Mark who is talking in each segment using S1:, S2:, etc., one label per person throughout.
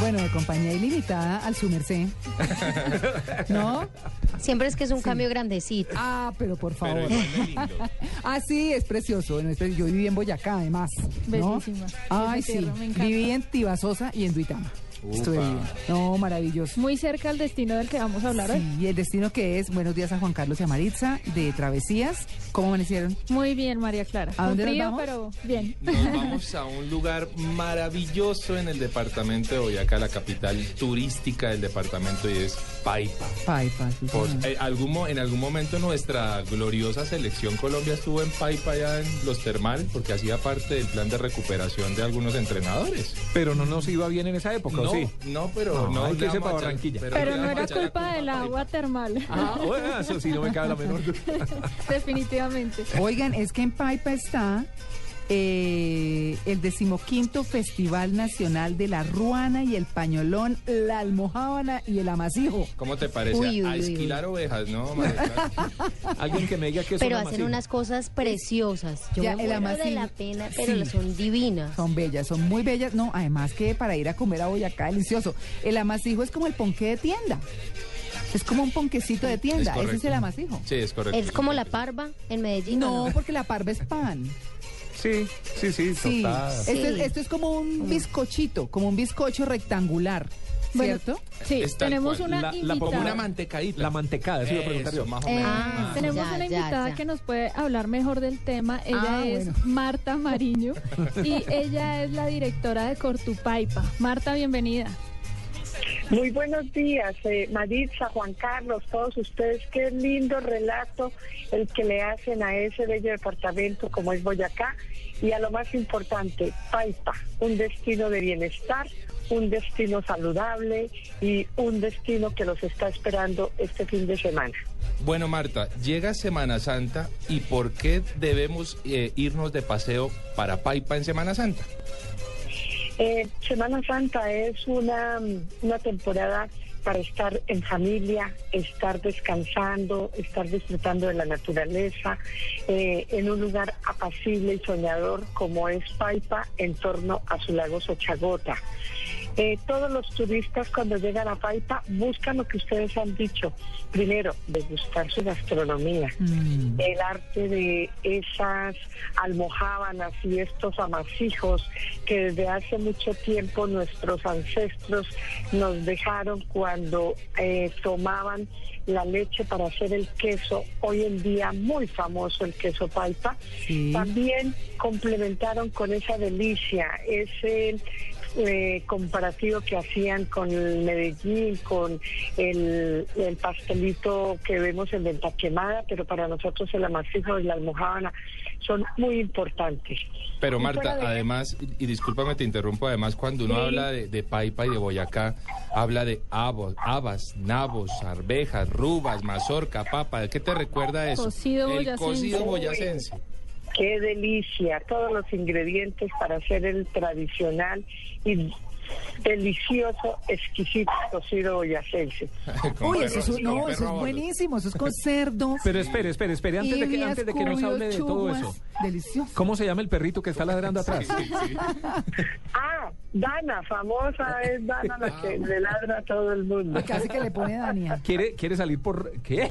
S1: Bueno, de compañía ilimitada al su merced. ¿No?
S2: Siempre es que es un cambio grandecito.
S1: Ah, pero por favor. ah, sí, es precioso. Bueno, es precioso. Yo viví en Boyacá, además. ¿no?
S3: Bellísima.
S1: Ay,
S3: Esa
S1: sí.
S3: tierra me encanta.
S1: Viví en Tibasosa y en Duitama. Estuve viviendo. No, maravilloso.
S3: Muy cerca al destino del que vamos a hablar hoy.
S1: Sí, y el destino que es, buenos días a Juan Carlos y a Maritza de Travesías. ¿Cómo amanecieron?
S3: Muy bien, María Clara.
S1: ¿A
S3: Con
S1: dónde nos
S3: frío,
S1: vamos?
S3: pero bien.
S4: Nos vamos a un lugar maravilloso en el departamento de Boyacá, la capital turística del departamento, y es Paipa.
S1: Paipa. sí,
S4: Por-
S5: Mm.
S1: señor.
S4: eh, algún mo- en algún momento nuestra gloriosa selección Colombia estuvo en Paipa allá en los termales porque hacía parte del plan de recuperación de algunos entrenadores.
S5: Pero no nos iba bien en esa época, ¿o
S4: no,
S5: sí?
S4: no, pero
S5: No,
S4: no,
S5: hay que
S4: le
S5: irse
S4: vamos a
S5: pa'
S4: echar-
S5: Barranquilla.
S3: Pero
S4: le
S3: no
S4: vamos a
S3: era
S4: echar la
S3: culpa
S4: a
S3: del
S4: Paipa.
S3: agua termal,
S5: Ah, bueno, eso sí, no me cabe la menor duda.
S3: definitivamente.
S1: Oigan, es que en Paipa está eh, el decimoquinto Festival Nacional de la Ruana y el Pañolón, la Almojábana y el Amasijo.
S4: ¿Cómo te parece?
S2: Uy, uy,
S4: a
S2: uy, uy.
S4: esquilar ovejas, ¿no? María Clara?
S5: Alguien que me diga que es
S2: Pero
S5: una
S2: hacen
S5: masilla.
S2: unas cosas preciosas. Yo
S1: Ya,
S2: me
S1: el
S2: muero de
S1: amasijo.
S2: la pena, pero
S1: Sí.
S2: las son divinas.
S1: Son bellas, son muy bellas. No, además que para ir a comer a Boyacá, delicioso. El Amasijo es como el ponqué de tienda. Es como un ponquecito de
S4: Es
S1: tienda. Ese es
S4: correcto.
S1: el Amasijo.
S4: Sí, es correcto.
S2: Es como la parva en Medellín. ¿o
S1: No,
S2: no?
S1: porque la parva es pan.
S5: Sí, sí, sí,
S1: Sí.
S5: tostadas.
S1: Esto, es,
S2: Sí.
S1: esto es como un bizcochito, como un bizcocho rectangular,
S3: Bueno,
S1: ¿cierto?
S3: Sí,
S4: Es tal
S3: tenemos
S4: cual.
S3: una
S5: La- la
S3: invitada.
S4: Una
S5: popular-
S4: mantecadita.
S5: La mantecada, eso iba a preguntar yo.
S4: Eso, más o menos.
S2: Ah,
S4: más.
S3: Tenemos
S2: Ya,
S3: una
S2: ya,
S3: invitada
S2: ya.
S3: que nos puede hablar mejor del tema. Ella
S1: Ah,
S3: es
S1: bueno.
S3: Marta Mariño y ella es la directora de Cortupaipa. Marta, bienvenida.
S6: Muy buenos días, eh, Maritza, Juan Carlos, todos ustedes. Qué lindo relato el que le hacen a ese bello departamento como es Boyacá. Y a lo más importante, Paipa, un destino de bienestar, Ah, un destino saludable y un destino que los está esperando este fin de semana.
S4: Bueno, Marta, llega Semana Santa y ¿por qué debemos eh, irnos de paseo para Paipa en Semana Santa?
S6: Eh, Semana Santa es una, mm, una temporada para estar en familia, estar descansando, estar disfrutando de la naturaleza, eh, en un lugar apacible y soñador como es Paipa, en torno a su lago Sochagota. Eh, todos los turistas cuando llegan a Paipa buscan lo que ustedes han dicho. Primero, degustar su gastronomía el arte de esas almohábanas y estos amasijos que desde hace mucho tiempo nuestros ancestros nos dejaron cuando eh, tomaban la leche para hacer el queso, hoy en día muy famoso el queso palpa,
S1: Sí.
S6: también complementaron con esa delicia, ese eh, comparativo que hacían con el Medellín, con el, el pastelito que vemos en Venta Quemada, pero para nosotros el amasijo y la almohábana son muy importantes.
S4: Pero
S6: Y
S4: Marta,
S6: fuera de-
S4: además, y y discúlpame te interrumpo, además cuando uno
S6: Sí.
S4: habla de, de Paipa y de Boyacá, habla de avos, habas, nabos, arvejas, rubas, mazorca, papa, ¿de qué te recuerda eso?
S3: Cocido
S4: El cocido
S3: boyacense.
S4: boyacense.
S6: Qué delicia, todos los ingredientes para hacer el tradicional y delicioso, exquisito cocido boyacense.
S4: Con
S1: Uy, eso es,
S4: perro-
S1: un- no,
S4: con
S1: eso es
S4: perro
S1: buenísimo, eso es con cerdo.
S5: Pero espere, espere, espere, antes de que,
S1: ibias,
S5: antes de que nos
S1: cubios,
S5: hable de todo
S1: chuguas.
S5: eso.
S1: Delicioso.
S5: ¿Cómo se llama el perrito que está ladrando atrás?
S6: Ah, Dana, famosa es Dana la que le ladra a todo el mundo.
S1: Casi que le pone Dania.
S5: ¿Quiere, quiere salir por... ¿Qué?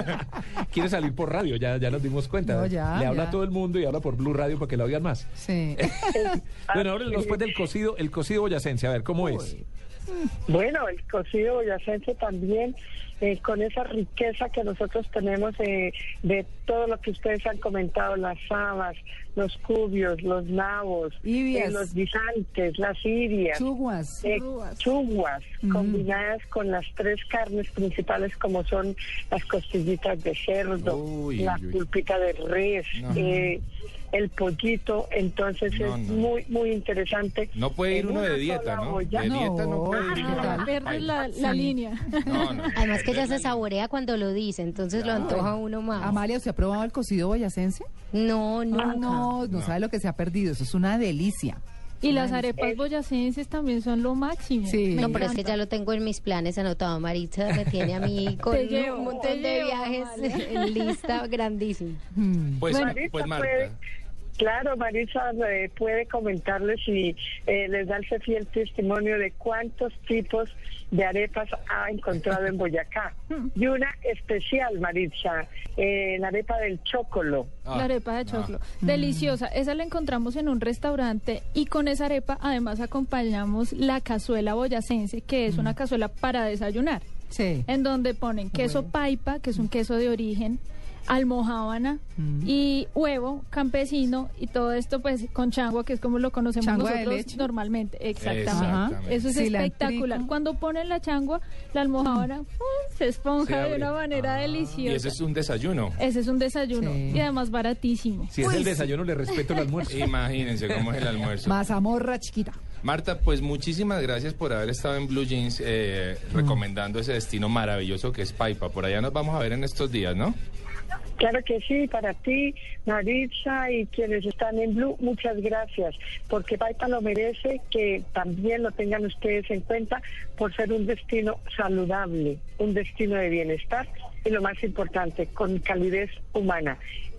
S5: quiere salir por radio, ya, ya nos dimos cuenta.
S1: No, ya,
S5: Le habla
S1: ya.
S5: a todo el mundo y habla por Blue Radio para que la oigan más.
S1: Sí.
S5: Bueno, ahora después del cocido, el cocido boyacense, a ver, ¿cómo es?
S6: Bueno, el cocido boyacense también, eh, con esa riqueza que nosotros tenemos eh, de todo lo que ustedes han comentado, las habas, los cubios, los nabos,
S1: Ibias.
S6: eh, los guisantes, las irias.
S1: Chuguas.
S6: eh, chuguas combinadas con las tres carnes principales como son las costillitas de cerdo,
S4: Uy,
S6: la
S4: uy, uy.
S6: pulpita de res,
S4: No.
S6: eh, el pollito, entonces
S4: No,
S6: es
S4: no.
S6: muy muy interesante.
S4: No puede ir
S6: En
S4: uno de
S6: una sola
S4: dieta, ¿no? De
S6: olla.
S4: dieta no
S1: No,
S4: puede ir.
S1: ¿qué
S4: uno
S1: tal?
S4: al
S3: Pierde
S4: país.
S3: la, la línea.
S4: No, no,
S2: Además que ya
S4: perder la
S2: se saborea cuando lo dice, entonces lo antoja uno más.
S1: Amalia, ¿usted ha probado el cocido boyacense?
S2: No,
S1: Ah,
S2: nunca.
S1: no, no sabe lo que se ha perdido. Eso es una delicia.
S3: Y las arepas boyacenses también son lo máximo.
S1: Sí.
S3: Me
S2: No, pero es que
S3: encanta.
S2: ya lo tengo en mis planes anotado. Maritza me tiene a mí con
S3: Te llevo,
S2: un
S3: te
S2: montón de
S3: llevo,
S2: viajes
S3: Amalia.
S2: en lista grandísimo.
S4: Pues,
S6: Marisa
S4: pues
S6: puede-
S4: Marta.
S6: claro, Marisa eh, puede comentarles y eh, les darse fiel testimonio de cuántos tipos de arepas ha encontrado en Boyacá. Y una especial, Marisa, eh, la arepa del chocolo.
S4: Ah,
S3: La arepa de
S4: no.
S3: choclo. Deliciosa. Esa la encontramos en un restaurante y con esa arepa además acompañamos la cazuela boyacense, que es una cazuela para desayunar,
S1: Sí.
S3: en donde ponen
S1: Ah,
S3: queso paipa, que es
S1: Mm.
S3: un queso de origen, almojábana y huevo campesino y todo esto pues con changua, que es como lo conocemos
S1: Changua de
S3: nosotros
S1: leche.
S3: normalmente. Exactamente.
S4: Exactamente.
S3: Eso es
S1: Cilantrico.
S3: espectacular. Cuando ponen la changua, la almojábana ¡uh! se
S4: Se
S3: esponja de
S4: abre. Ah,
S3: una manera
S4: Y
S3: deliciosa.
S4: ese es un desayuno.
S3: Ese es un desayuno
S1: Sí.
S3: y además baratísimo.
S5: Si es el desayuno, le respeto el almuerzo.
S4: Imagínense cómo es el almuerzo.
S1: Mazamorra chiquita.
S4: Marta, pues muchísimas gracias por haber estado en Blue Jeans eh, recomendando ese destino maravilloso que es Paipa. Por allá nos vamos a ver en estos días, ¿no?
S6: Claro que sí, para ti, Maritza y quienes están en Blue, muchas gracias, porque Paipa lo merece, que también lo tengan ustedes en cuenta por ser un destino saludable, un destino de bienestar y lo más importante, con calidez humana.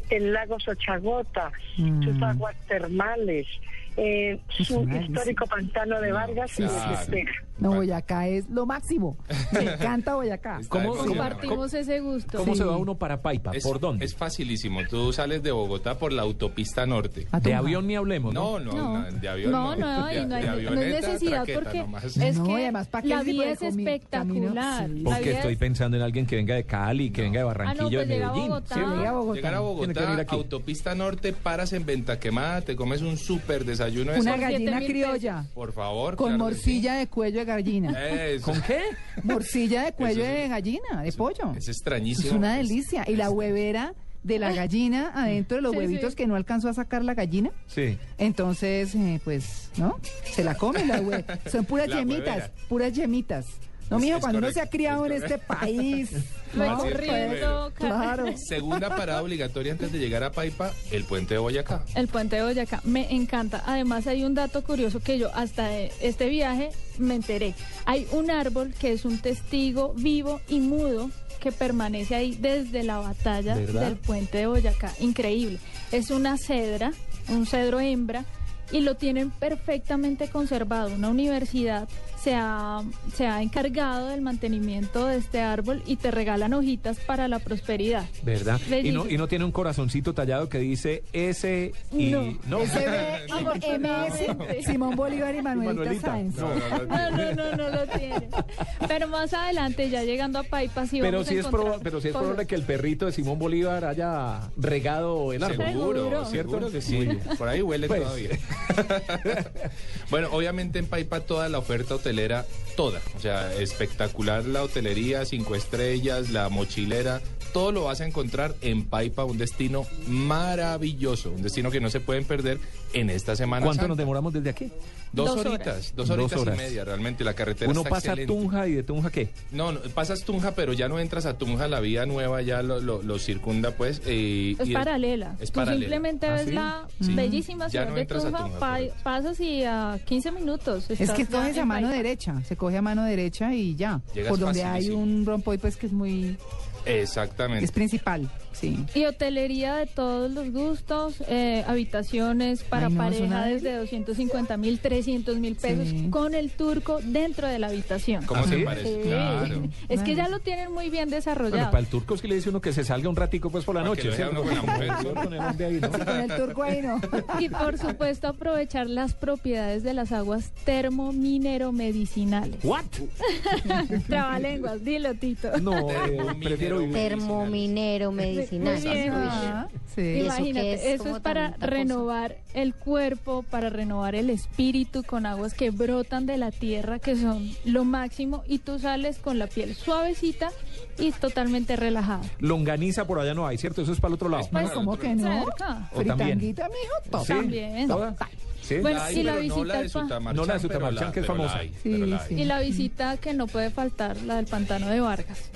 S6: El lago Sochagota, sus aguas termales, eh, su
S1: una delicia.
S6: histórico pantano de Vargas y
S4: claro.
S6: de Esteja.
S1: No, Boyacá es lo máximo. Me encanta Boyacá.
S4: Está
S5: ¿Cómo- cómo-
S4: emocionante.
S3: Compartimos ese gusto.
S5: ¿Cómo se va uno para Paipa?
S4: Es-
S5: ¿Por dónde?
S4: Es facilísimo. Tú sales de Bogotá por la autopista norte.
S1: A
S5: De
S1: tomar.
S5: avión ni hablemos.
S4: No, no,
S3: No.
S4: na- de avión.
S3: No, no,
S4: de,
S3: y no hay-
S4: de
S3: no hay
S4: avioneta,
S3: necesidad,
S4: traqueta
S3: porque
S4: nomás.
S3: Es
S1: No,
S3: que
S1: y además, ¿pa' qué
S3: la
S1: ese
S3: vía es
S1: poder comi-
S3: espectacular.
S1: camino? Sí.
S3: La
S5: Porque
S3: vía
S5: estoy
S3: es-
S5: pensando en alguien que venga de Cali, que venga de Barranquilla,
S3: Ah, no, pues
S5: de
S3: llega a
S5: Medellín.
S3: Bogotá.
S5: ¿cierto?
S1: Llega a Bogotá.
S4: Llegar a
S5: Tiene que venir
S4: Bogotá,
S5: aquí.
S4: autopista norte, paras en Venta Quemada, te comes un súper desayuno. de
S1: Una
S4: esos.
S3: siete
S1: gallina
S3: mil
S1: criolla.
S4: Por favor.
S1: Con
S4: claro que
S1: morcilla de cuello de gallina.
S4: sí. Eso.
S5: ¿Con qué?
S1: Morcilla de cuello
S4: Eso es-
S1: de gallina, de pollo.
S4: Es extrañísimo.
S1: Es una delicia. Y la huevera de la gallina adentro de los
S3: Sí,
S1: huevitos
S3: sí.
S1: que no alcanzó a sacar la gallina.
S5: Sí.
S1: Entonces, eh, pues, ¿no? Se la come la hue- Son puras
S4: La
S1: yemitas,
S4: huevera.
S1: puras yemitas. No,
S4: Es-
S1: mijo,
S4: es
S1: cuando uno
S4: correcto,
S1: se ha criado
S4: es
S1: en este país.
S3: Lo
S1: ¿no? pues,
S4: Así es,
S3: corriendo,
S4: pero-
S3: Carlos.
S1: Claro.
S4: Segunda parada obligatoria antes de llegar a Paipa, el puente de Boyacá.
S3: El puente de Boyacá me encanta. Además hay un dato curioso que yo hasta eh, este viaje me enteré. Hay un árbol que es un testigo vivo y mudo que permanece ahí desde la batalla
S5: ¿Verdad?
S3: del puente de Boyacá. Increíble. Es una cedra, un cedro hembra, y lo tienen perfectamente conservado. Una universidad se ha, se ha encargado del mantenimiento de este árbol y te regalan hojitas para la prosperidad.
S5: ¿Verdad? Y no,
S3: Bellísimo.
S5: y no tiene un corazoncito tallado que dice S y...
S3: No.
S1: SB, MS, Simón Bolívar y Manuelita,
S5: Manuelita.
S1: Sáenz.
S4: No, no, no,
S3: No, no, no, no lo tiene. Pero más adelante, ya llegando a Paipa, sí
S5: Pero
S3: vamos
S5: sí,
S3: a
S5: es proba-
S3: encontrar
S5: pero sí es
S3: cosas.
S5: probable que el perrito de Simón Bolívar haya regado el árbol.
S4: Seguro,
S3: Seguro.
S4: seguro que
S5: Muy
S4: sí.
S5: bien.
S4: Por ahí huele
S5: Pues.
S4: todavía. bueno, obviamente en Paipa toda la oferta hotelera, toda. O sea, espectacular la hotelería, cinco estrellas, la mochilera. Todo lo vas a encontrar en Paipa, un destino maravilloso, un destino que no se pueden perder en esta semana.
S5: ¿Cuánto
S4: Santa.
S5: nos demoramos desde aquí?
S4: Dos,
S3: Dos horas.
S4: horitas, dos
S5: Dos
S4: horitas
S5: horas.
S4: y media realmente. La carretera
S5: Uno
S4: está
S5: pasa a
S4: excelente.
S5: Tunja y de Tunja qué?
S4: No, no, pasas Tunja, pero ya no entras a Tunja, la vía nueva ya lo, lo- lo circunda, pues. eh,
S3: Es
S4: y
S3: paralela.
S4: Es
S3: Tú
S4: paralela.
S3: simplemente
S5: ¿Ah,
S3: ves
S5: sí?
S3: la
S4: Sí.
S3: bellísima
S4: Ya
S3: ciudad
S4: no
S3: de
S4: entras a
S3: Tunja,
S4: Tunja,
S3: pa-
S4: correcto.
S3: pasas y a 15 minutos.
S1: Es
S3: estás
S1: que
S3: ya
S1: todo es a
S3: en
S1: mano
S3: Paipa.
S1: derecha, se coge a mano derecha y ya.
S4: Llegas
S1: por donde hay
S4: facilísimo.
S1: un rompoy, pues que es muy.
S4: Exactamente.
S1: es principal. Sí.
S3: Y hotelería de todos los gustos, eh, habitaciones para
S1: Ay, no, es una
S3: pareja
S1: deli.
S3: desde 250 mil, 300 mil pesos
S1: Sí.
S3: con el turco dentro de la habitación.
S4: ¿Cómo
S5: ¿Ah,
S4: se
S5: sí?
S4: parece?
S3: Sí.
S4: Claro.
S3: Es que
S1: Bueno.
S3: ya lo tienen muy bien
S5: Bueno,
S3: desarrollado.
S5: para el turco es que le dice uno que se salga un ratico pues por la
S4: Para
S5: noche.
S4: que lo deje
S5: ¿cierto?
S4: uno con la mujer, ¿no?
S5: Con el hombre ahí, ¿no?
S1: Con el turco ahí no.
S3: Y por supuesto aprovechar las propiedades de las aguas termominero-medicinales.
S5: ¿What?
S3: Trabalenguas, dilo Tito.
S5: No, eh, prefiero vivir.
S2: Termominero medicinal.
S3: Muy bien.
S1: Ah,
S2: ¿Y
S1: sí.
S2: eso qué
S3: Imagínate,
S2: es?
S3: eso es,
S2: ¿Cómo tan-
S3: para
S2: tan cosa?
S3: renovar el cuerpo, para renovar el espíritu con aguas que brotan de la tierra, que son lo máximo, y tú sales con la piel suavecita y totalmente relajada.
S5: Longaniza por allá no hay, ¿cierto? Eso es para el otro lado.
S4: Pues,
S1: Ay, ¿cómo que no?
S3: Cerca.
S5: O también.
S1: Fritanguita, mijo, top.
S5: ¿Sí?
S3: Ah, también.
S5: ¿Toda?
S4: Ah,
S5: ¿Sí?
S3: Bueno,
S4: Ay,
S3: y la
S4: pero no
S3: visita
S4: pues, la
S3: al pa-
S4: de Sutamarchán.
S5: No la de
S4: pero
S5: Sutamarchán, que es
S4: pero la
S5: famosa.
S4: hay,
S1: Sí,
S4: pero la hay.
S1: sí.
S3: Y la visita que no puede faltar, la del pantano de Vargas.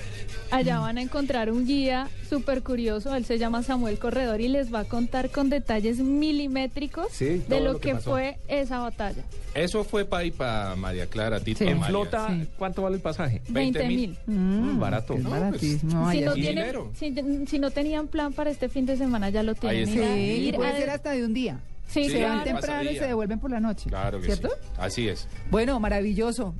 S3: Allá van a encontrar un guía súper curioso, él se llama Samuel Corredor y les va a contar con detalles milimétricos
S5: Sí, todo
S3: de lo,
S5: lo que
S3: que,
S5: pasó.
S3: fue esa batalla.
S4: Eso fue para ir para María Clara, Tito.
S5: En
S4: María.
S5: flota, ¿cuánto vale el pasaje?
S4: 20
S3: 20
S4: mil.
S3: mil.
S5: Mm, barato.
S1: Es
S5: No, pues,
S1: baratísimo. Ay,
S3: si, no
S4: sí.
S3: tienen-
S4: Dinero.
S3: si- si no tenían plan para este fin de semana, ya lo tienen.
S4: está.
S3: Ir a-
S1: Sí,
S3: ir
S1: puede
S3: a-
S1: ser hasta de un día.
S3: sí,
S4: Sí,
S3: se
S1: Se
S3: van
S1: van
S4: claro.
S1: temprano y
S4: Pasadía.
S1: se devuelven por la noche.
S4: Claro que
S1: ¿Cierto?
S4: sí. Así es.
S1: Bueno, maravilloso.